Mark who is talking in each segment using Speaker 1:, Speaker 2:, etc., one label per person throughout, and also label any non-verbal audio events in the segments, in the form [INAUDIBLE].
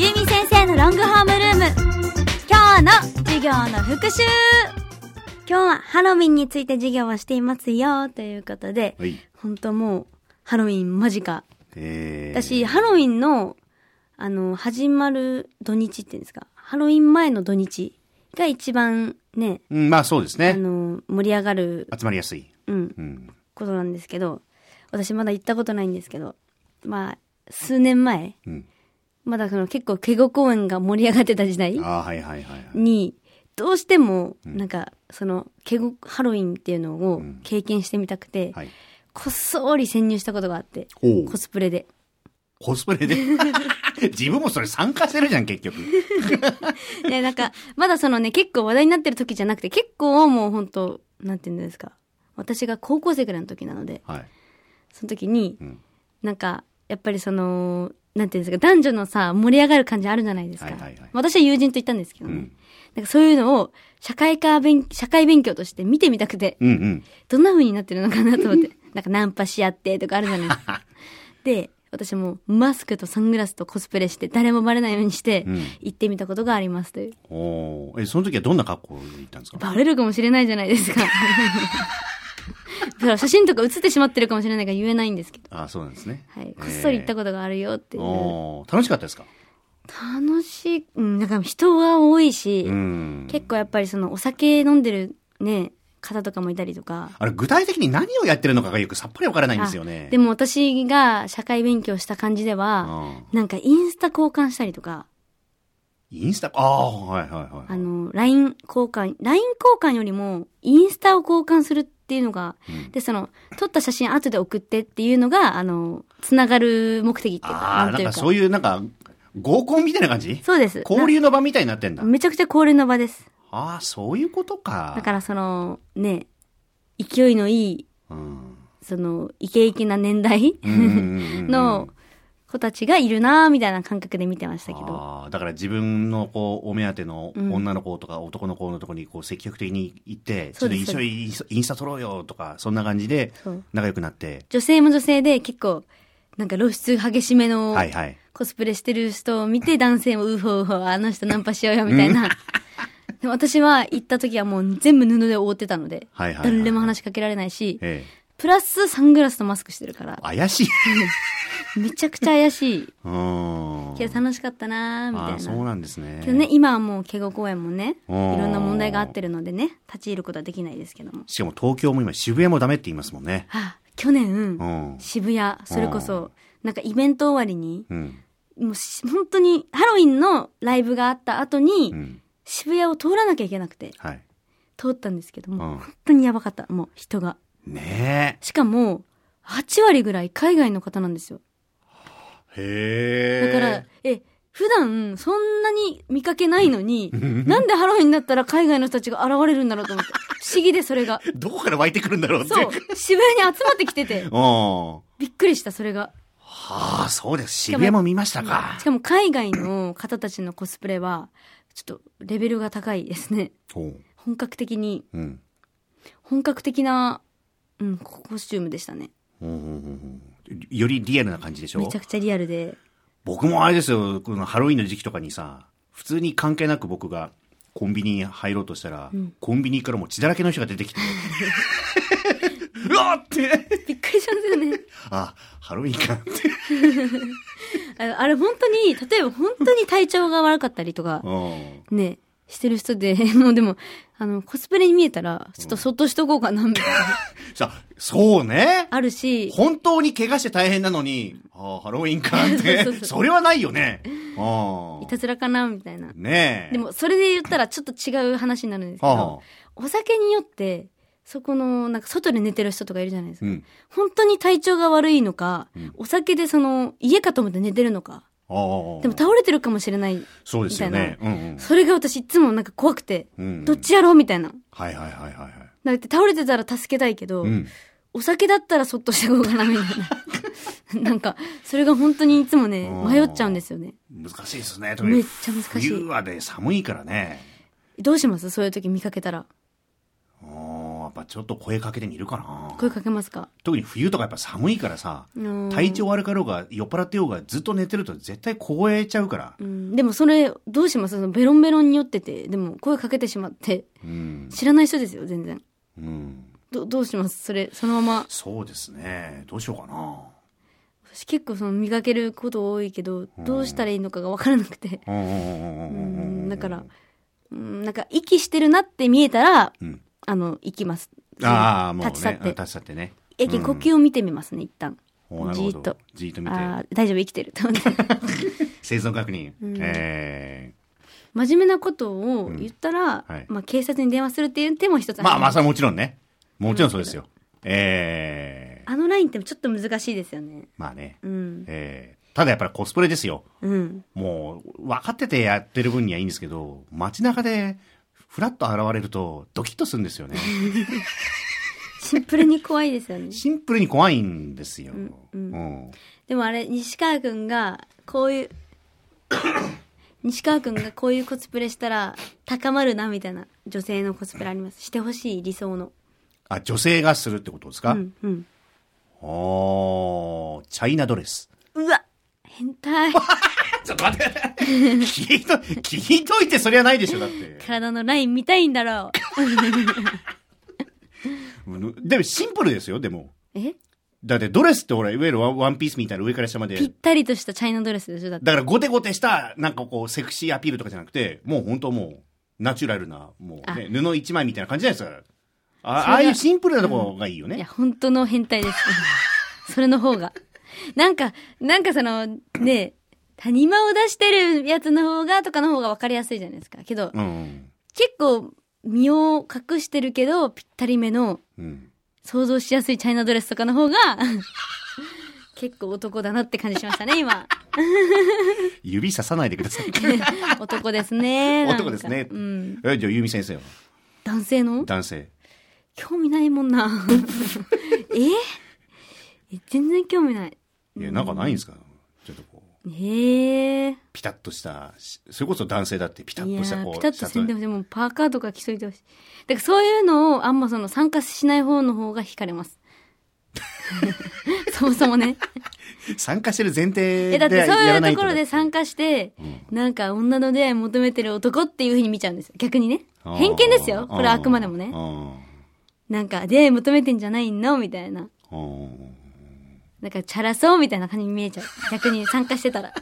Speaker 1: ロングホームルーム今日の授業の復習今日はハロウィンについて授業をしていますよということで、
Speaker 2: はい。
Speaker 1: 本当もうハロウィン間近。
Speaker 2: えー、
Speaker 1: 私、ハロウィンの、あの、始まる土日っていうんですか、ハロウィン前の土日が一番ね、
Speaker 2: うん、まあそうです
Speaker 1: あ
Speaker 2: ね。
Speaker 1: の、盛り上がる、
Speaker 2: 集まりやすい。
Speaker 1: うん、
Speaker 2: うん。
Speaker 1: ことなんですけど、私まだ行ったことないんですけど、まあ、数年前、
Speaker 2: うん。
Speaker 1: まだその結構、ケゴ公園が盛り上がってた時代
Speaker 2: ああ、はいはいはいはい。
Speaker 1: に、どうしても、なんか、その、ケゴハロウィンっていうのを経験してみたくて、
Speaker 2: はい。
Speaker 1: こっそり潜入したことがあって、
Speaker 2: おう
Speaker 1: コスプレで。
Speaker 2: コスプレで。
Speaker 1: [LAUGHS]
Speaker 2: 自分もそれ参加してるじゃん、結局。
Speaker 1: で、なんか、まだそのね、結構話題になってる時じゃなくて、結構もう本当なんて言うんですか。私が高校生くらいの時なので、
Speaker 2: はい。
Speaker 1: その時に、
Speaker 2: うん
Speaker 1: なんか、やっぱりその、なんていうんですか、男女のさ、盛り上がる感じあるじゃないですか。
Speaker 2: はいはいはい
Speaker 1: 私は友人と行ったんですけどね。
Speaker 2: うん
Speaker 1: なんかそういうのを、社会科勉、社会勉強として見てみたくて、
Speaker 2: うんうん。
Speaker 1: どんな風になってるのかなと思っ
Speaker 2: [LAUGHS]
Speaker 1: て、なんかナンパし合ってとかあるじゃないですか。で、私もマスクとサングラスとコスプレして、誰もバレないようにして
Speaker 2: うん、
Speaker 1: 行ってみたことがありますという。
Speaker 2: おーえ、その時はどんな格好で行ったんですか
Speaker 1: バレるかもしれないじゃないです
Speaker 2: [LAUGHS]
Speaker 1: か。そら写真とか写ってしまってるかもしれないから言えないんですけど。
Speaker 2: ああ、そうなんですね。
Speaker 1: はい。こっそり行ったことがあるよって
Speaker 2: え
Speaker 1: い
Speaker 2: ー
Speaker 1: う。
Speaker 2: おー楽しかったですか
Speaker 1: 楽しい、うん、なんか人が多いし、
Speaker 2: うん。
Speaker 1: 結構やっぱりそのお酒飲んでるね、方とかもいたりとか。
Speaker 2: あれ、具体的に何をやってるのかがよくさっぱりわからないんですよね
Speaker 1: あ。でも私が社会勉強した感じでは、
Speaker 2: あー
Speaker 1: なんかインスタ交換したりとか、
Speaker 2: インスタ、ああ、はいはいはい。
Speaker 1: あの、LINE 交換、LINE 交換よりも、インスタを交換するっていうのが、で、その、撮った写真後で送ってっていうのが、あの、つながる目的っていうか、
Speaker 2: あ
Speaker 1: な
Speaker 2: あ、なんん
Speaker 1: という
Speaker 2: か
Speaker 1: か。
Speaker 2: そういう、なんか、合コンみたいな感じ
Speaker 1: そうです。
Speaker 2: 交流の場みたいになってんだ
Speaker 1: な。めちゃくちゃ交流の場です。
Speaker 2: ああ、そういうことか。
Speaker 1: だからその、ね、勢いのいい、
Speaker 2: うん。
Speaker 1: その、イケイケな年代
Speaker 2: うんうんうんうん
Speaker 1: [LAUGHS] の子たちがいるなーみたいな感覚で見てましたけど。
Speaker 2: ああ、だから自分のこう、お目当ての女の子とか男の子のところにこう積極的に行って、ち
Speaker 1: そ
Speaker 2: ょ
Speaker 1: う
Speaker 2: っと
Speaker 1: です
Speaker 2: 一緒にインスタインスタ撮ろうよとか、そんな感じで
Speaker 1: そう
Speaker 2: 仲良くなって。
Speaker 1: 女性も女性で結構、なんか露出激しめの、
Speaker 2: はいはい。
Speaker 1: コスプレしてる人を見
Speaker 2: [LAUGHS]
Speaker 1: て男性もウホウホ、あの人ナンパしようよみたいな。 [LAUGHS] でも私は行った時はもう全部布で覆ってたので、
Speaker 2: はいはいはいはい
Speaker 1: 誰も話しかけられないし、
Speaker 2: え
Speaker 1: プラスサングラスとマスクしてるから
Speaker 2: [LAUGHS] え。、
Speaker 1: [LAUGHS]
Speaker 2: 怪しい。
Speaker 1: めちゃくちゃ怪しい。
Speaker 2: うーん。
Speaker 1: けど楽しかったなーみ
Speaker 2: ああ、
Speaker 1: た
Speaker 2: そ
Speaker 1: いな。
Speaker 2: うなんですね。
Speaker 1: けどね、今はもう敬語公演もね、い
Speaker 2: うん
Speaker 1: ろんな問題があってるのでね、立ち入ることはできないですけども。
Speaker 2: しかも東京も今渋谷もダメって言いますもんね。
Speaker 1: はあ、去年
Speaker 2: う、ん。
Speaker 1: 渋谷、それこ
Speaker 2: う
Speaker 1: そ、なんかイベント終わりに、
Speaker 2: うん。
Speaker 1: もうし本当にハロウィンのライブがあった後に
Speaker 2: う、ん。
Speaker 1: 渋谷を通らなきゃいけなくて、
Speaker 2: はい。
Speaker 1: 通ったんですけども、
Speaker 2: うん
Speaker 1: 本当にやばかった。もう人が。
Speaker 2: ね
Speaker 1: しかも、8割ぐらい海外の方なんですよ。
Speaker 2: え。へ
Speaker 1: だ
Speaker 2: え。
Speaker 1: から、え、普段そんなに見かけないのに、
Speaker 2: [LAUGHS]
Speaker 1: なんでハロウィンだったら海外の人たちが現れるんだろうと思って。不思議でそれ
Speaker 2: [LAUGHS]
Speaker 1: が。
Speaker 2: どこから湧いてくるんだろうって。
Speaker 1: そう。渋谷に集まってきてて、
Speaker 2: うん。
Speaker 1: びっくりした、それが。
Speaker 2: はあ、そうです。渋谷も見ましたか
Speaker 1: し。かも海外の方たちのコスプレは、ちょっとレベルが高いですね。
Speaker 2: ほう。
Speaker 1: 本格的に、
Speaker 2: うん。
Speaker 1: 本格的な、うん、コスチュームでしたね。
Speaker 2: ほうほうほうほうよりリアルな感じでしょ
Speaker 1: めちゃくちゃリアルで。
Speaker 2: 僕もあれですよ、このハロウィンの時期とかにさ、普通に関係なく僕がコンビニに入ろうとしたら、コンビニからもう血だらけの人が出て
Speaker 1: [LAUGHS]
Speaker 2: きて、うわーって、
Speaker 1: びっくりしますよね。
Speaker 2: あ、ハロウィンかって。
Speaker 1: あのあれ本当に、例えば本当に体調が悪かったりとか、
Speaker 2: うん
Speaker 1: ね、してる人で、 [LAUGHS] もうでも、あの、コスプレに見えたら、ちょっとそっとしとこうかな、みたいな。
Speaker 2: さ、そうね。
Speaker 1: あるし、
Speaker 2: 本当に怪我して大変なのに、あハロウィンか
Speaker 1: [LAUGHS]
Speaker 2: っ
Speaker 1: そうそう
Speaker 2: て、
Speaker 1: そう
Speaker 2: それはないよね。あ
Speaker 1: いたずらかな、みたいな。
Speaker 2: ねえ。
Speaker 1: でも、それで言ったらちょっと違う話になるんですけ
Speaker 2: は
Speaker 1: ど、お酒によって、そこの、なんか外で寝てる人とかいるじゃないです
Speaker 2: あ、う
Speaker 1: か。
Speaker 2: ん。
Speaker 1: 本当に体調が悪いのか、お酒でその、家かと思って寝てるのか、
Speaker 2: ああ。
Speaker 1: でも倒れてるかもしれない。
Speaker 2: そうですよね。うんうん。
Speaker 1: それが私いつもなんか怖くて、
Speaker 2: うん
Speaker 1: どっちやろうみたいな。
Speaker 2: はいはいはいはいはい。
Speaker 1: だって倒れてたら助けたいけど、
Speaker 2: うん。
Speaker 1: お酒だったらそっとしてこうかなみたい
Speaker 2: [LAUGHS]
Speaker 1: な。なんか、それが本当にいつもね、
Speaker 2: うん
Speaker 1: 迷っちゃうんですよね。
Speaker 2: 難しいですね。特に
Speaker 1: めっちゃ難し
Speaker 2: 冬
Speaker 1: い。
Speaker 2: はね、寒いからね。
Speaker 1: どうしますそういう時見かけたら。
Speaker 2: あーやっぱちょっと声かけてみるかな。
Speaker 1: 声かけますか
Speaker 2: 特に冬とかやっぱ寒いからさ、
Speaker 1: うん
Speaker 2: 体調悪かろうが酔っ払ってようがずっと寝てると絶対凍えちゃうから。
Speaker 1: うん、でもそれどうしますそのベロンベロンに酔っててでも声かけてしまって
Speaker 2: うん。
Speaker 1: 知らない人ですよ全然
Speaker 2: うん。
Speaker 1: どどうしますそれそのまま
Speaker 2: そうですね。どうしようかな。
Speaker 1: 私結構その見かけること多いけどどうしたらいいのかが分からなくて
Speaker 2: うんうんうん
Speaker 1: う
Speaker 2: うんうんうん
Speaker 1: んだからうんなんか息してるなって見えたら、
Speaker 2: ん
Speaker 1: あの行きます
Speaker 2: ああ、もうね。
Speaker 1: 立ち去って
Speaker 2: うん立ち去ってね。
Speaker 1: え呼吸を見てみますね一旦
Speaker 2: おなる
Speaker 1: じ
Speaker 2: ほ
Speaker 1: ーっ
Speaker 2: ど
Speaker 1: と。
Speaker 2: じーっと見て。
Speaker 1: ああ大丈夫生きてると
Speaker 2: [LAUGHS]
Speaker 1: 思って
Speaker 2: 生存確認。え
Speaker 1: 真面目なことを言ったら、
Speaker 2: うんはい
Speaker 1: まあ、警察に電話するっていう手も一つ
Speaker 2: え。まあまあ、
Speaker 1: す
Speaker 2: それはもちろんね。もちろんそうですよ。ええ。
Speaker 1: あのラインってちょっと難しいですよね
Speaker 2: まあね。
Speaker 1: うん
Speaker 2: ええ。ただやっぱりコスプレですよ。
Speaker 1: うん
Speaker 2: もう、分かっててやってる分にはいいんですけど、街中で、フラッと現れると、ドキッとするんですよね。
Speaker 1: シンプルに怖いですよね
Speaker 2: シンプルに怖いんですよ。うん
Speaker 1: でもあれ西川くんがこういう [COUGHS] 西川くんがこういうコスプレしたら高まるなみたいな女性のコスプレありますしてほしい理想の
Speaker 2: あ、女性がするってことですか、
Speaker 1: うんうん
Speaker 2: おー、チャイナドレス。
Speaker 1: うわ変態
Speaker 2: [LAUGHS] ちょっと待って。聞いと、聞いといてそりゃないでしょ、だ [LAUGHS] って。
Speaker 1: 体のライン見たいんだろ
Speaker 2: うんでもシンプルですよ、でも。
Speaker 1: うえ
Speaker 2: だってドレスってほら、いわゆるワンワンピースみたいな上から下まで。
Speaker 1: ぴったりとしたチャイナドレスでしょだって
Speaker 2: だからゴテゴテした、なんかこう、セクシーアピールとかじゃなくて、もう本当もう、ナチュラルな、もうね、布一枚みたいな感じじゃないですか。あ
Speaker 1: それが
Speaker 2: ああいうシンプルなとこがいいよ
Speaker 1: いや
Speaker 2: ね。
Speaker 1: 本当の変態ですそれの方がなんかなんかそのね谷間を出してるやつの方がとかの方が分かりやすいじゃないですかけど、
Speaker 2: うん。
Speaker 1: 結構身を隠してるけどぴったりめの
Speaker 2: うん。
Speaker 1: 想像しやすいチャイナドレスとかの方が [LAUGHS] 結構男だなって感じしましたね今 [LAUGHS]
Speaker 2: 指ささないでください。
Speaker 1: 男ですねなんか
Speaker 2: 男ですね
Speaker 1: うん、
Speaker 2: え、じゃあ、ゆみ先生は
Speaker 1: 男性の
Speaker 2: 男性。
Speaker 1: 興味ないもんな [LAUGHS] ええ全然興味ない
Speaker 2: いや、なんかないんですかちょっとこう、
Speaker 1: ええ
Speaker 2: ピタッとした、しそれこそ男性だってピタ
Speaker 1: い
Speaker 2: ッ
Speaker 1: や
Speaker 2: とした、こ
Speaker 1: ー
Speaker 2: う、
Speaker 1: ピタッとせんで
Speaker 2: シ
Speaker 1: ほ
Speaker 2: ャツ
Speaker 1: しいもうパーカーとか着といてほしいだからそういうのをあんまその参加しない方の方が惹かれます
Speaker 2: [LAUGHS]
Speaker 1: そもそもね
Speaker 2: 参加してる前提
Speaker 1: え、
Speaker 2: で
Speaker 1: だ
Speaker 2: や
Speaker 1: ってそうい
Speaker 2: ら
Speaker 1: う
Speaker 2: ない
Speaker 1: と
Speaker 2: と。
Speaker 1: ころで参加して、なんか女の出会い求めてる男っていうふうに見ちゃうんですよ。逆にね。
Speaker 2: あー
Speaker 1: 偏見ですよ。これはあくまでも
Speaker 2: う
Speaker 1: ね。
Speaker 2: ん
Speaker 1: なんか出会い求めてんじゃないのみたいな。
Speaker 2: うん
Speaker 1: なんかチャラそうみたいな感じに見えちゃう。逆に参加して
Speaker 2: [LAUGHS]
Speaker 1: たら。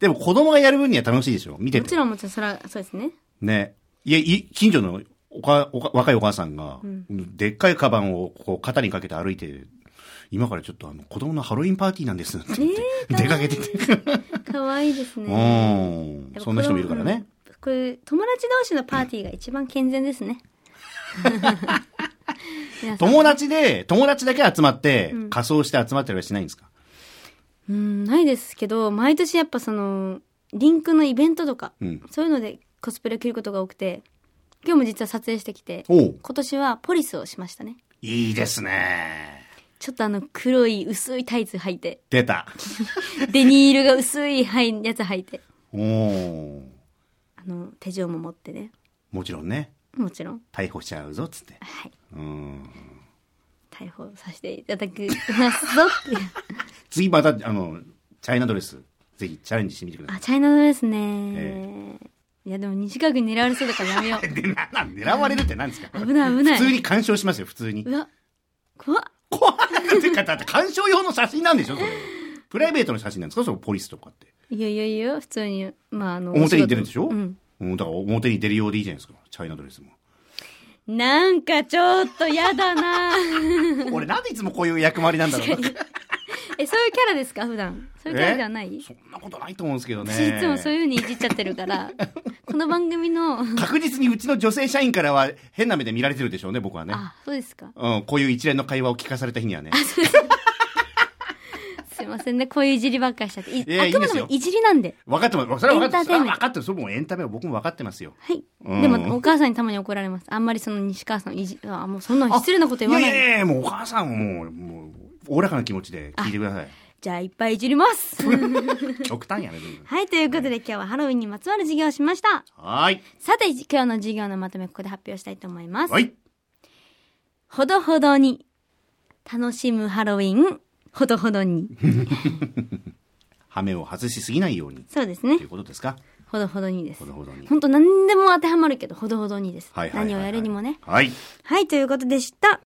Speaker 2: でも子供がやる分には楽しいでしょ見て
Speaker 1: も
Speaker 2: て
Speaker 1: ち。ろんもちろん、そら、そうですね。
Speaker 2: ね。いや、い近所のおかおか若いお母さんが、でっかいカバンをこう肩にかけて歩いて、今からちょっとあの子供のハロウィンパーティーなんですって言って、 [LAUGHS] 出かけてて。
Speaker 1: 可愛いです
Speaker 2: う
Speaker 1: ね。
Speaker 2: ん。そんな人もいるからね。
Speaker 1: うん。これ、友達同士のパーティーが一番健全です
Speaker 2: [LAUGHS]
Speaker 1: ね。皆さん
Speaker 2: 友達で、友達だけ集まって、仮装して集まったりはしないんですか
Speaker 1: うん、ないですけど、毎年やっぱその、リンクのイベントとか、
Speaker 2: うん
Speaker 1: そういうのでコスプレを着ることが多くて、今日も実は撮影してきて、
Speaker 2: おう
Speaker 1: 今年はポリスをしましたね。
Speaker 2: いいですね。
Speaker 1: ちょっとあの黒い薄いタイツ履いて、
Speaker 2: 出た。
Speaker 1: デニールが薄いはいやつ履いて、
Speaker 2: おー
Speaker 1: あの、手錠も持ってね。
Speaker 2: もちろんね、
Speaker 1: もちろん。
Speaker 2: 逮捕しちゃうぞ、つって。
Speaker 1: はい。
Speaker 2: うん。
Speaker 1: 逮捕させていただきますぞ
Speaker 2: [LAUGHS]
Speaker 1: っていう。
Speaker 2: 次また、あの、チャイナドレス、ぜひチャレンジしてみてください
Speaker 1: あ、チャイナドレスね、
Speaker 2: え
Speaker 1: いやでも西川君狙われそうだからやめ
Speaker 2: [LAUGHS]
Speaker 1: よう。
Speaker 2: で、な、な、狙われるって何ですか
Speaker 1: 危ない危ない
Speaker 2: 普通に鑑賞しますよ、普通に
Speaker 1: う。わ、怖っ。
Speaker 2: 怖いってか、 [LAUGHS] だって鑑賞用の写真なんでしょ、それ。プライベートの写真なんですかそのポリスとかって。
Speaker 1: いやいやいや、普通に、まああの、
Speaker 2: 表に出るんでしょ
Speaker 1: お仕事うん。
Speaker 2: うん。だから表に出るようでいいじゃないですか。チャイナドレスも。
Speaker 1: [LAUGHS] なんかちょっとやだ
Speaker 2: [LAUGHS]
Speaker 1: な
Speaker 2: 俺なんでいつもこういう役回りなんだろうな。
Speaker 1: え、そういうキャラですか普段。そういうキャラではない
Speaker 2: そんなことないと思うんですけどね。
Speaker 1: 私いつもそういう風にいじっちゃってるから、この番組の、
Speaker 2: 確実にうちの女性社員からは変な目で見られてるでしょうね、僕はね。
Speaker 1: あ、そうですか。
Speaker 2: うん、こういう一連の会話を聞かされた日にはね。
Speaker 1: すいませんね。こういういじりばっかりしちゃって。い
Speaker 2: やい
Speaker 1: あ
Speaker 2: い
Speaker 1: くま
Speaker 2: です
Speaker 1: で
Speaker 2: よ
Speaker 1: もいじりなんで。
Speaker 2: 分かってます。それは分かってます。そ
Speaker 1: エンターテインメント
Speaker 2: れは分かってます。それもエンタメは僕も分かってますよ。
Speaker 1: はい。
Speaker 2: うん
Speaker 1: でも、お母さんにたまに怒られます。あんまりその西川さんをいじ、あ、もうそんな失礼なこと言わない
Speaker 2: や
Speaker 1: で。
Speaker 2: いやいや、もうお母さんはもう、もう、おおらかな気持ちで聞いてください。
Speaker 1: じゃあ、いっぱいいじります。
Speaker 2: 極端やね。でも
Speaker 1: はい。ということで、今日はハロウィンにまつわる授業をしました。
Speaker 2: はーい。
Speaker 1: さて、今日の授業のまとめ、ここで発表したいと思います。
Speaker 2: はい。
Speaker 1: ほどほどに。楽しむハロウィン、ほどほどに。
Speaker 2: 羽目を外しすぎないように。
Speaker 1: そうです
Speaker 2: と
Speaker 1: ね
Speaker 2: いう。ことですか
Speaker 1: ほどほどにです
Speaker 2: ほ。どほどに。
Speaker 1: ほんと何でも当てはまるけど、ほどほどにです。
Speaker 2: はいはいはいはい
Speaker 1: 何をやるにもね。
Speaker 2: はい。
Speaker 1: はい、ということでした。